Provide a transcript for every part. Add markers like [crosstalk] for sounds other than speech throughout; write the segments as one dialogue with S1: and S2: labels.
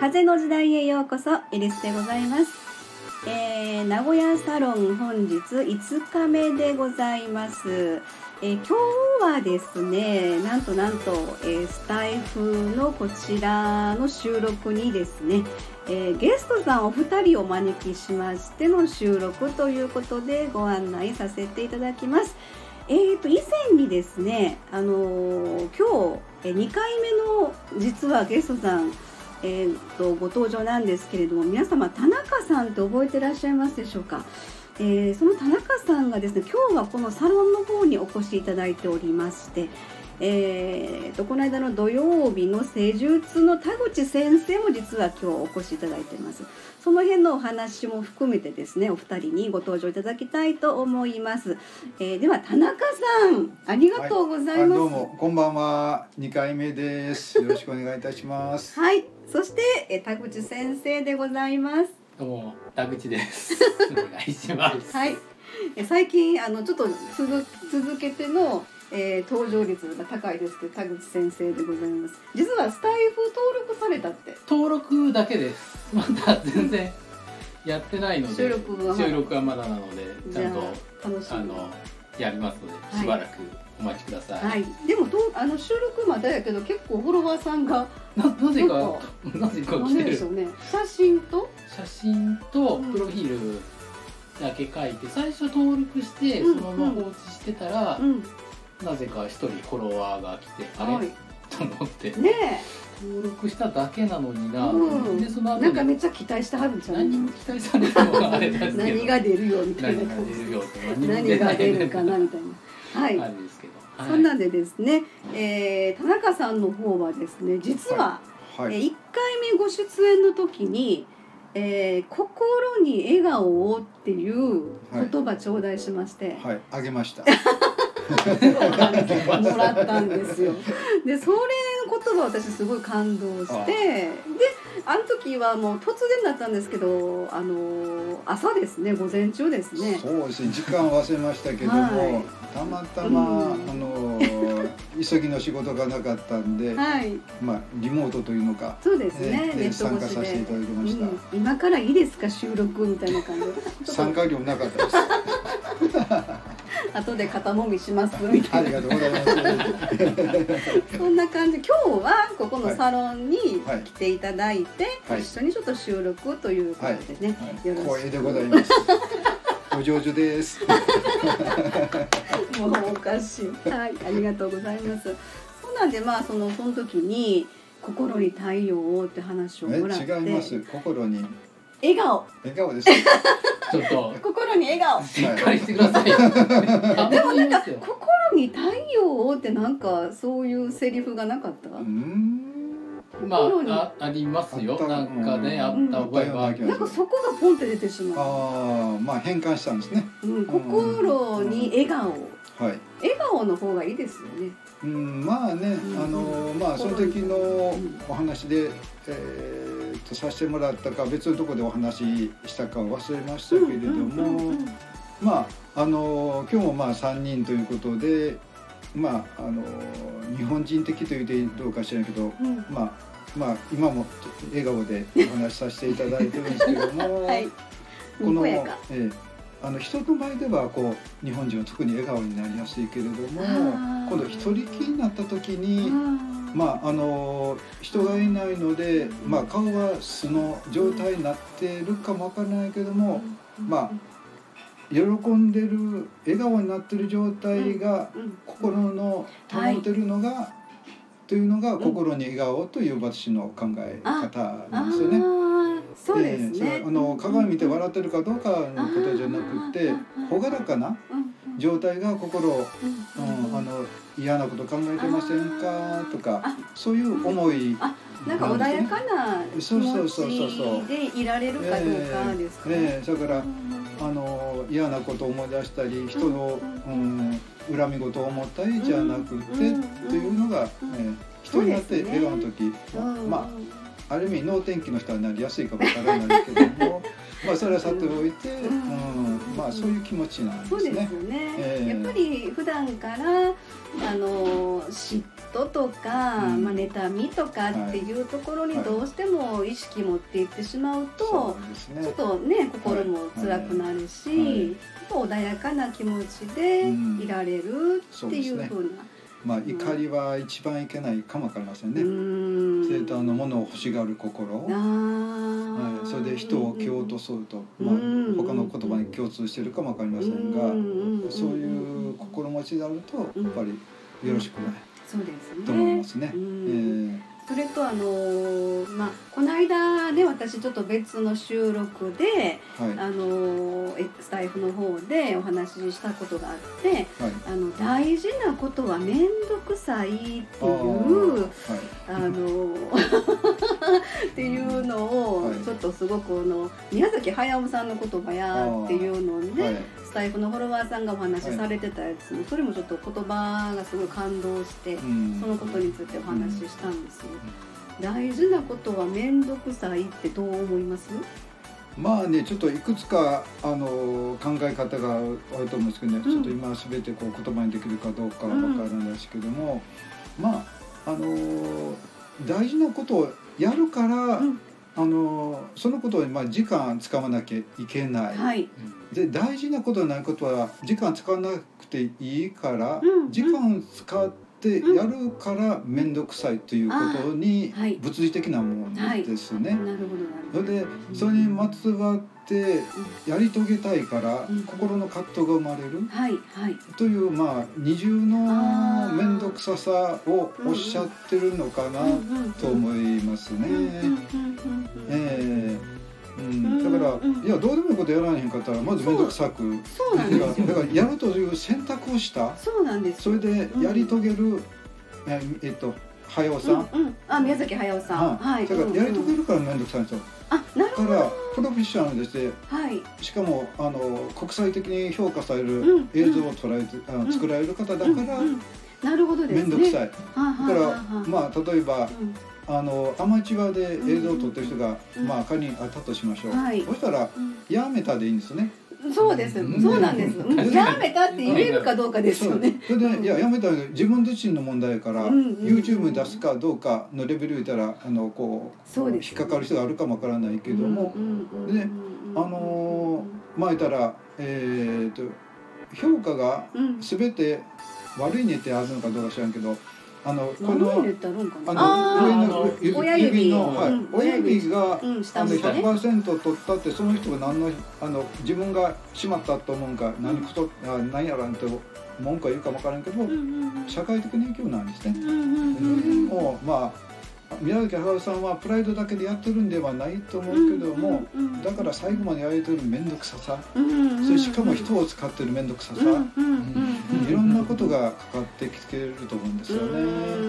S1: 風の時代へようこそエリスでございます、えー名古屋サロン本日5日目でございます、えー今日はですねなんとなんと、えースタイフのこちらの収録にですね、えーゲストさんお二人をお招きしましての収録ということでご案内させていただきますえー、と以前にですね、あのー今日えー2回目の実はゲストさん、えー、とご登場なんですけれども皆様田中さんって覚えてらっしゃいますでしょうか、えーその田中さんがですね今日はこのサロンの方にお越しいただいておりまして、えー、とこの間の土曜日の施術の田口先生も実は今日お越しいただいていますその辺のお話も含めてですねお二人にご登場いただきたいと思います、えーでは田中さんありがとうござい
S2: あ
S1: ます、
S2: どうもこんばんは二回目ですよろしくお願いいたします
S1: はい、そしてえ田口先生でございます。
S3: どうも田口
S1: [laughs]
S3: です。お願いします。
S1: はい、え最近あのちょっと続続けての、えー登場率が高いですけど田口先生でございます。実はスタイフ登録されたって。
S3: 登録だけです。まだ全然やってないので、
S1: 収録はまだ
S3: 収録はまだなので、ち
S1: じ
S3: ゃ
S1: ゃ
S3: んと
S1: あ楽し
S3: あ
S1: み。
S3: のやりますの
S1: い
S3: で、しばらくお待ちください。
S1: はい、でもとあの収録までやけど結構フォロワーさんが
S3: ななぜか
S1: そ
S3: なぜか
S1: な
S3: 来
S1: ん
S3: て
S1: ででしょ
S3: る。
S1: うね写真と
S3: 写真とプロフィールだけ書いて、最初登録して
S1: う
S3: そ
S1: ん
S3: のまま放置してたら
S1: う、ん
S3: なぜか一人フォロワーが来て、あ
S1: は
S3: れ
S1: い
S3: と思って
S1: ね
S3: 登録しただけなのに
S1: え、
S3: な。
S1: うん、
S3: でその後
S1: なん
S3: に
S1: かめっちゃ期待してはるんじゃない
S3: 何も期待されてもあれですけど
S1: 何が出るよみたいな
S3: 何が出るよって
S1: 何が出るかなみたいな。はい、
S3: 感じですけど、はい
S1: そんなんでですね、えー田中さんの方はですね実 [laughs] は、
S2: は
S1: えー
S2: い
S1: 1回目ご出演の時に「えー心に笑顔を」っていう言葉頂戴しまして、
S2: はいあげ
S1: [laughs]
S2: ました
S1: もらったんです
S2: [laughs]
S1: よ。でそれの言葉私すごい感動して
S2: ああ
S1: であの時はもう突然だったんですけどあの朝ですね午前中ですね。
S2: そうですね時間忘れましたけども、
S1: はい
S2: たまたま、
S1: うん
S2: あのー急ぎの仕事がなかったんで、
S1: はい、
S2: まあリモートというのか
S1: そうですね、
S2: えー
S1: ネット
S2: 参加
S1: 越し
S2: させて
S1: で
S2: いた。だきました、
S1: うん、今からいいですか収録みたいな感じで
S2: 参加料な
S1: [laughs]
S2: かったです
S1: 後で肩もみしますみた
S2: あ
S1: い
S2: り
S1: な
S2: がとうございます
S1: そんな感じ今日はここのサロンに
S2: はい
S1: 来ていただいて、
S2: はい
S1: 一緒にちょっと収録ということでね、よろ
S2: 光
S1: し
S2: 栄でござ
S1: [laughs]
S2: いますお上手です
S1: くもうおかしいはいありがとうございますそうなんでまあそのその時に心に太陽をって話
S2: え
S1: をもらって
S2: 違います心に
S1: 笑顔
S2: 笑顔ですは
S3: ちょっと
S1: 心に笑顔
S3: しっかりしてください。でもなんか
S1: 心に太陽をってなんかそういうセリフがなかった、
S2: い、うーん
S3: まああありますよ。なんかねあった覚えは。
S1: なんかそこがポンって出てしま
S2: ああまあ変換したんですね
S1: う、うん、心に笑顔、
S2: はい
S1: 笑顔の方がいいですよね。
S2: うんまあね、
S1: うん
S2: あのまあその時の
S1: ん
S2: お話で、えーっとさせてもらったか別のところでお話ししたか忘れましたけれど
S1: う
S2: も、
S1: んうんうんうん
S2: まああの今日もまあ3人ということでまああの日本人的というとどうか知らないけど
S1: うん
S2: まあまあ今も笑顔でお話しさせていただいてるんですけど
S1: [laughs]
S2: も、
S1: はい。
S2: この、
S1: にこ
S2: え
S1: やか。
S2: えあの人の前ではこう日本人は特に笑顔になりやすいけれども
S1: あー
S2: 今度一人きりになった時
S1: あ
S2: に
S1: ー
S2: まああの人がいないので、まあ、顔は素の状態になってるかもわからないけどもま喜んでる笑顔になってる状態が
S1: うんうん
S2: 心の保てるのが、というのが心に笑顔という私の考え方
S1: あ
S2: なんですよね。
S1: ーそうです
S2: ええそれ
S1: ね
S2: は。あの鏡見て
S1: っ
S2: 笑ってるかどうかのことじゃなくて
S1: あー
S2: 朗らかな状態が心を、う
S1: うん
S2: ん、あの嫌なこと考えてませんかとか
S1: あ
S2: そういう思い
S1: あなんか穏やかな気
S2: そうそうそうそう
S1: 持ちでいられるかどうかですかね。
S2: ええだから
S1: うん
S2: あの嫌なことを思い出したり人の、うん、恨み事を思ったりじゃなくてって
S1: うん
S2: いうのが、
S1: う
S2: え
S1: ん
S2: え人になって笑顔の時、
S1: うん
S2: まあある意味能天気の人はなりやすいかもわからないけどもまあそれはさておいて、
S1: うん
S2: うんまあ、そういう気持ちなん
S1: そ
S2: で
S1: う
S2: す
S1: です
S2: ね
S1: よ。ね、
S2: ええ
S1: やっぱり普段からあの嫉妬とか、
S2: うん
S1: まあ、妬みとかっていうところに
S2: はい
S1: どうしても意識持っていってしまうと、
S2: そうですね
S1: ちょっとね心も辛くなるし、
S2: はいはい
S1: 穏やかな気持ちで
S2: うん
S1: いられる
S2: そ
S1: っ
S2: う
S1: て
S2: で
S1: い
S2: す
S1: う
S2: ね
S1: ふうな。
S2: まあ、怒りは一番いけないかもわかりません
S1: う
S2: ね。
S1: ん
S2: 生誕のものを欲しがる心、
S1: あ
S2: は
S1: ー
S2: い、それで人を蹴落とそうと、
S1: うん
S2: まあ、他の言葉に共通してるかもわかりませんが、
S1: うん
S2: そういう心持ちであると
S1: うん
S2: やっぱりよろしくない
S1: そうですね
S2: と思いますね。
S1: う
S2: え
S1: ん
S2: ー
S1: それとあのーまあこの間ね私ちょっと別の収録で
S2: はい
S1: あのーえスタイフの方でお話ししたことがあって
S2: はい。
S1: あの大事なことは面倒くさいってい
S2: あ
S1: う
S2: ーはい
S1: あのっていうのを
S2: はい
S1: ちょっとすごくあの宮崎駿さんの言葉やっていうので、
S2: はい
S1: スタイフのフォロワーさんがお話しされてたやつも、それもちょっと言葉がすごい感動して、
S2: うん
S1: そのことについてお話ししたんですよ。大事なことは面倒くさいってどう思います？
S2: まあねちょっといくつかあの考え方があると思うんですけどね、ちょっと今すべてこう言葉にできるかどうかわからないですけども、まああの大事なことをやるから、
S1: うん
S2: あのそのことにまあ時間使わなきゃいけない。
S1: はい、
S2: で大事なことないことは時間使わなくていいから、
S1: うん
S2: 時間使ってやるから面倒くさいということに
S1: あーはい
S2: 物理的なものですね。
S1: なるほどなるほ
S2: そ
S1: ど。
S2: れでそれにまつわってやり遂げたいから
S1: うん
S2: 心の葛藤が生まれる
S1: はいはい。
S2: というまあ二重
S1: あ
S2: の
S1: ー
S2: 面倒くささをおっしゃってるのかなと
S1: う
S2: 思いますね。
S1: んうんうんうんうんうん
S2: ええうん、だから、
S1: うん
S2: いやどうでもいいことやらへんかったらまず面倒くさく
S1: そうなんで
S2: だから
S1: すよ。
S2: だからやるという選択をした
S1: そうなんですよ。
S2: それでやり遂げる、ええっと早尾さん、
S1: うんうん、あ宮崎駿さん、はい、
S2: だからやり
S1: うん
S2: 遂
S1: う
S2: げ
S1: ん
S2: るから面倒くさいんですよ
S1: あなる
S2: だ
S1: ほ
S2: か
S1: ど
S2: らプロフェッショナルとして
S1: はい
S2: しかもあの国際的に評価され
S1: う
S2: る
S1: ん
S2: 映像を捉えて、あ
S1: うん
S2: の作られる方だ
S1: うん
S2: から
S1: うんなるほどです
S2: 面
S1: ね
S2: 倒く
S1: い
S2: さい、
S1: はあ
S2: だ
S1: は
S2: か
S1: あ
S2: ら、
S1: はあはあ
S2: まあ例えば
S1: う
S2: あのアマチュアで映像を撮ってる人が、
S1: うん
S2: まあ仮にあったとしましょう、
S1: はい
S2: そしたら
S1: ん
S2: やめたでいいんですね
S1: うんそうです、
S3: うん
S1: そうなんです、
S3: うん
S1: うんやめたって言えるかどうかですよね
S2: そうそれ
S1: う
S2: で
S1: ん
S2: いややめたら自分自身の問題やから、
S1: うんうんうん
S2: YouTube に出すかどうかのレベル言ったらあのこう
S1: そうです
S2: 引っかかる人があるかもわからないけども、
S1: うんうんうん
S2: で
S1: うん
S2: あのまあ言ったらえー、と評価が
S1: うん
S2: 全て悪いねってあるのかどうか知らんけどあのこ
S1: 何を
S2: の
S1: 入れたらいいんか
S2: あ
S1: な
S2: の上
S1: あ
S3: あ
S2: の
S3: ー
S2: ゆ
S1: 親指
S2: の、はい
S1: うん
S2: 親指が
S1: あ、うん
S2: あ
S1: 下
S2: の
S1: も下ね
S2: 100%取ったってその人が何のあの自分がしまったと思うんか何くとあ何やらんと文句は言うかもわからんけど、
S1: うんうん
S2: 社会的な影響なんですね。
S1: うん
S2: そ
S1: うんう
S2: れ
S1: んうん
S2: もまあ宮崎駿さんはプライドだけでやってるんではないと思うけども、
S1: うんうんうん
S2: だから最後までやれてる面倒くささ、
S1: うんうんうん
S2: それしかも人を使ってる面倒くささ、
S1: うんうんうんうん
S2: いろんなことがかかってきてると思うんですよね。
S1: う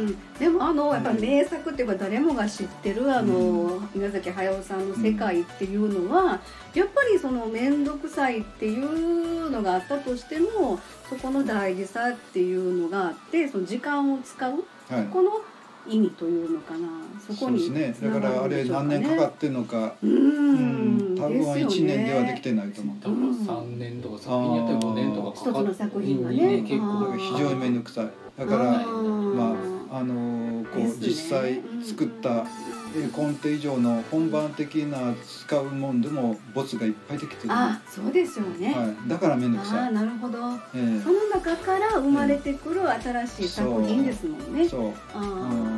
S1: んでもあのやっぱり名作っていうか誰もが知ってるあの宮崎駿さんの世界っていうのはやっぱりその面倒くさいっていうのがあったとしてもそこの大事さっていうのがあってその時間を使う
S2: はい。
S1: この意味というのかなそこ
S2: そう
S1: に
S2: ですね。だからあれ何年かかってんのか、
S1: る
S2: うん、多分1年ではでき
S1: て
S2: てないと思う。
S3: 多分3年とか作品によっては5年とかかか
S1: 一つの作品がね
S3: 結
S1: あ
S2: だから
S1: ー
S3: 構
S2: 非常に面倒くさい。だからまああのーこう実際作ったえーコンテ以上の本番的な使うもんでもボツがいっぱいできてる。は
S1: あそうですよね、
S2: い。だから面倒く
S1: あ
S2: さ
S1: あ
S2: い。
S1: なるほど
S2: ええ
S1: その中から生まれてくる新しい作品ですもんね。
S2: そう。
S1: あ
S2: う
S1: ー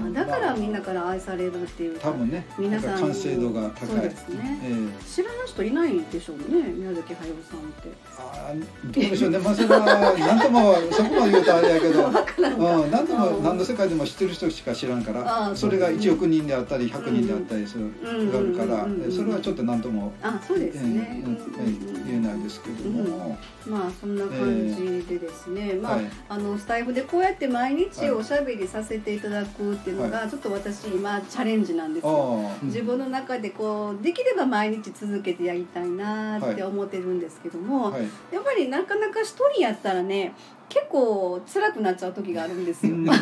S2: ん
S1: だからみんなから愛されるっていうか
S2: 多分ね。
S1: 皆
S2: だ
S1: さん
S2: から完成度が高
S1: そう
S2: い。
S1: ですね
S2: ええ
S1: 知らない人いないでしょうね宮崎駿さんって。
S2: あーどうでしょうね、まあ、それは何ともそこまで言うとあれやけ
S1: [laughs]
S2: ど、
S1: わからんか。
S2: うん、何と
S1: う
S2: も
S1: ん
S2: 何の世界でも知ってる人しか知らんか
S1: あー
S2: らそれが
S1: そうですね
S2: 1億人であったり100人であったりする
S1: うん
S2: があるから
S1: うんうんうんうん
S2: それはちょっと何とも、
S1: あそう
S2: え
S1: ですね
S2: ー。うん
S1: うん
S2: えー言えないですけども、
S1: まあそんな感じでですね、まあ、
S2: はい、
S1: あのスタイフでこうやって毎日おしゃべりさせていただくっていうのが、ちょっと私今チャレンジなんです
S2: あ
S1: よ。
S2: ー
S1: 自分の中でこうできれば毎日続けてやりたいなーって思ってるんですけども、
S2: はい、
S1: やっぱりなかなか一人やったらね結構辛くなっちゃう時があるんですよ。
S3: まあ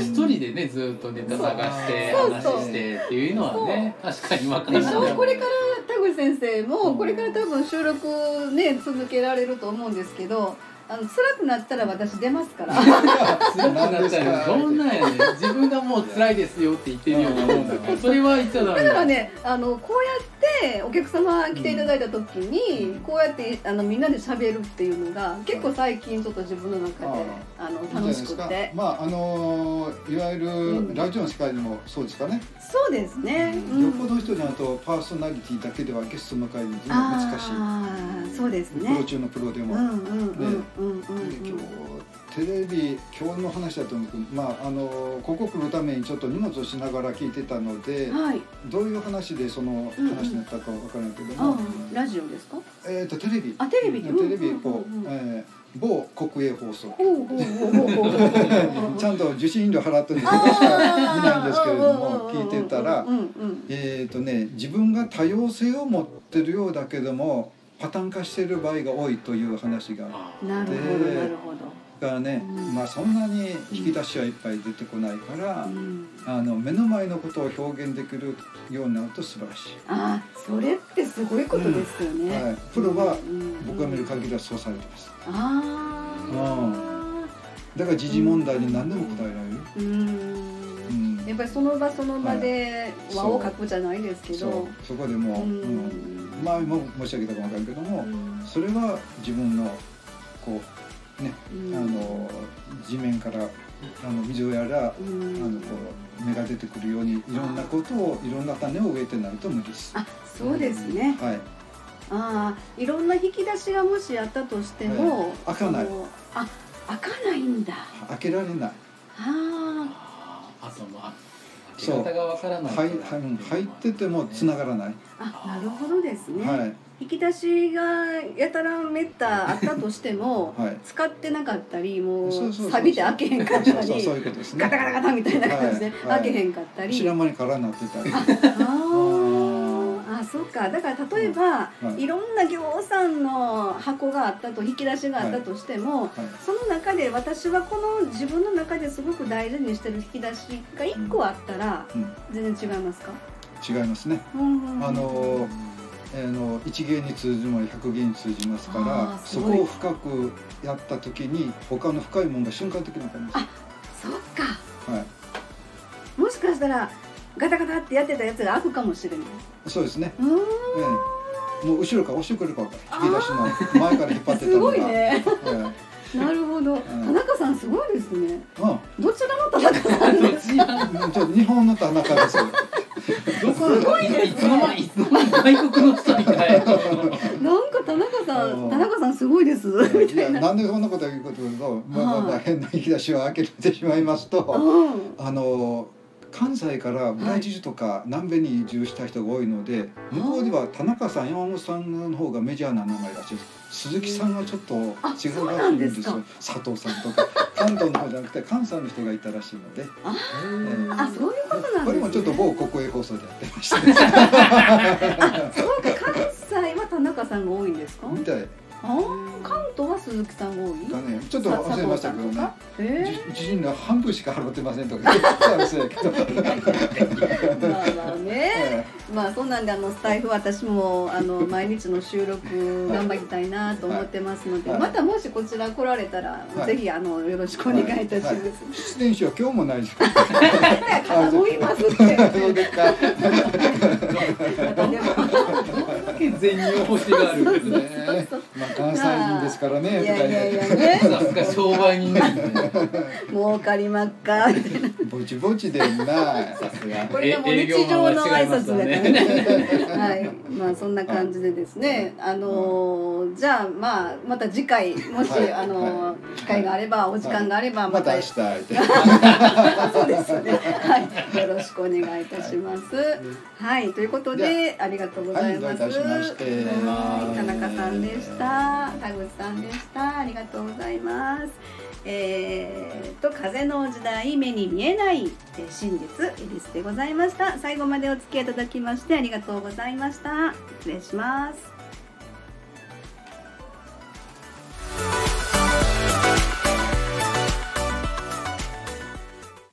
S3: 一人でねずっとネタ探して
S1: そう
S3: 話してっていうのはね確かに分か
S1: で
S3: る
S1: しょこれから多口先生
S3: う
S1: も
S3: ん
S1: これから多分収録ね続けられると思うんですけどあの辛くなったら私出ますから
S3: 辛くなったらどんなんやねん自分がもう辛いですよって言ってるようなもんだ [laughs] からそれは言っちゃダメ
S1: だから
S3: だ
S1: ねあのこうやってお客様来ていただいた時に、こうやってあのみんなで喋るっていうのが結構最近ちょっと自分の中であの楽しくて
S2: まああのーいわゆ
S1: うん
S2: るラジオの世界でもそうですかね、
S1: そうですね、うん
S2: よっぽどの人になるとパーソナリティだけではゲストの会には難しい、
S1: ああそうですね
S2: プロ中のプロで
S1: うん
S2: も、
S1: うんうんうんうん
S2: で今日テレビ今日の話だと思うけど、まああのーここ来るためにちょっと荷物をしながら聞いてたので、
S1: うんはい
S2: どういう話でその
S1: うんうん
S2: 話になったかわからないけども、
S1: あーラジオですか
S2: えー、とテレビ
S1: あテレビで
S2: うんテレビこう、
S1: うんうんうん
S2: えー某国営放送
S1: ほうほうほうほうほうほうほう
S2: ちゃんと受信料払ってるんですけどしか見な
S1: ない
S2: んですけれども聞いてたら
S1: うんうん
S2: えーとね、自分が多様性を持ってるようだけどもパターン化してる場合が多いという話がだ
S1: うんなるほど
S2: で
S1: なるほど、
S2: からね、
S1: うん
S2: まあ、そんなに引き出しはいっぱい出てこないから、
S1: うん、
S2: あの目の前のことを表現できるようになると素晴らし
S1: あそれってすごいことですよ
S2: い、
S1: ね、
S2: はい、プロは
S1: うん
S2: 僕が見る限りはそうされてます
S1: あ
S2: だから時事問題に何でも答えられる、
S1: ーうん
S2: うん
S1: やっぱりその場その場で
S2: はい
S1: 和を書くじゃないですけど、
S2: そうそこでもう、
S1: うん
S2: うん前も申し上げたかもわかるけども、
S1: うん
S2: それは自分のこう、
S1: うん
S2: あの地面からあの溝やら
S1: う
S2: あ
S1: ん
S2: のこう芽が出てくるようにいろんなことをいろんな種を植えてないと無理です。
S1: あそうですね、
S2: はい、
S1: ああいろんな引き出しがもしあったとしても、
S2: はい開かない
S1: そのあ開かないんだ
S2: 開けられない。
S1: あ
S3: あーあとまあ開け
S2: そう
S3: 方がわからない
S2: はい、はい、うん入ってても繋がらない。
S1: ーあなるほどですね、
S2: はい、
S1: 引き出しがやたらめったあったとしても、
S2: [laughs] はい。
S1: 使ってなかったりも
S2: そうそうそうそう
S1: 錆びて開けへんかっ
S2: そ
S1: た
S2: うそう、
S1: り
S2: そういうことですね
S1: ガ。タガタガタみたいな感じで
S2: はいはい
S1: 開けへんかったり、
S2: 知らん間に空になってたり。
S1: あーあそうかだから例えば、
S2: はい
S1: い、ろんなぎょうさんの箱があったと引き出しがあったとしても、
S2: はい
S1: その中で私はこの自分の中ですごく大事にしてる引き出しが1個あったら
S2: うん、
S1: 全然違いますか、
S2: 違いますね。
S1: うんうん
S2: あのーあの一芸に通じも百芸に通じますか
S1: あ
S2: ら
S1: ーす
S2: そ
S1: ごい
S2: こを深くやった時に他の深いものが瞬間的に感じま
S1: そっか
S2: すは
S1: もしかしたらガタガタってやってたやつが開くかもしれない。
S2: い、そうですね、
S1: うーん
S2: ええ、もう後ろから押してくるから引き出しの前から引っ張ってた
S1: す
S2: の
S1: ご
S2: が
S1: い
S2: [laughs]
S1: ね。
S2: え
S1: なるほど。田中さんすごいですね。
S2: えうん
S1: どちらの田中さんです
S2: うんちょっと日本の田中ですよ
S3: どこす
S1: ごいですね
S3: いつの間にいつの間に外国の人みたいな
S1: なんか田中さ、
S2: うんん
S1: 田中さんすごいです。み
S2: い
S1: た
S2: や
S1: いな。
S2: なんでこんなこと言うこと言うと、まあまあま
S1: は
S2: あ
S1: い
S2: 変な引き出しを開けてしまいます
S1: う
S2: と
S1: ん。
S2: あの関西からブラジルとか南米に移住した人が多いので、向こうでは田中さん山本さんの方がメジャーな名前らしいです鈴木さんはちょっと違うらしい
S1: あそうなん
S2: ん
S1: で
S2: ですす
S1: か
S2: よ佐藤さんとか関東の方じゃなくて関西の人がいたらしいので
S1: あ、そういうことなんです、ね。
S2: これもちょっと某国営放送でやってました、
S1: そうか、関西は田中さんが多いんですか。
S2: みたい
S1: あー関東は鈴木さんが多い。
S2: だねちょっと忘れましたけど
S1: 佐藤さん
S2: ね
S1: とかえ
S2: じ自身の半分しか払ってませんとか言ってたんですけど、
S1: え
S2: [laughs]
S1: まあまあね。
S2: え
S1: まあ、そうなんで、あのスタイフ、私も、あの、毎日の収録、頑張りたいなと思ってますので、
S2: はい
S1: またもしこちら来られたら、
S2: はい
S1: ぜひ、あの、よろしくお願いいたします。
S2: はえ出演者は今 [laughs] 日もないです
S1: 肩もいますって、
S2: そうで
S1: [laughs]
S2: すか
S1: 肩でも。
S3: 全日本星
S1: [laughs]
S3: があるんですね
S2: ねまあ関西人ですから
S1: い
S2: [laughs] ね
S1: や
S2: み
S1: い
S2: たいな
S1: やいやね、
S3: さすが商売人ですね
S1: 儲かりまっか。
S2: ぼちぼちでんな
S3: さすが
S1: これがもう日常の挨拶だからね。
S2: [laughs]
S1: はい、まあそんな感じでですね。あのーじゃあまあまた次回もし、
S2: はい
S1: あのー機会があればお時間があれば
S2: ま
S1: また、
S2: た明日会えて
S1: [laughs] そうですよね。はい、よろしくお願いいたします。はい、ということでありがとうございます。
S2: はいどういたしまして
S1: はい田中さんでした。田口さんでした。ありがとうございます。えー、と風の時代目に見えないえー真実エリスでございました最後までお付き合いいただきましてありがとうございました失礼します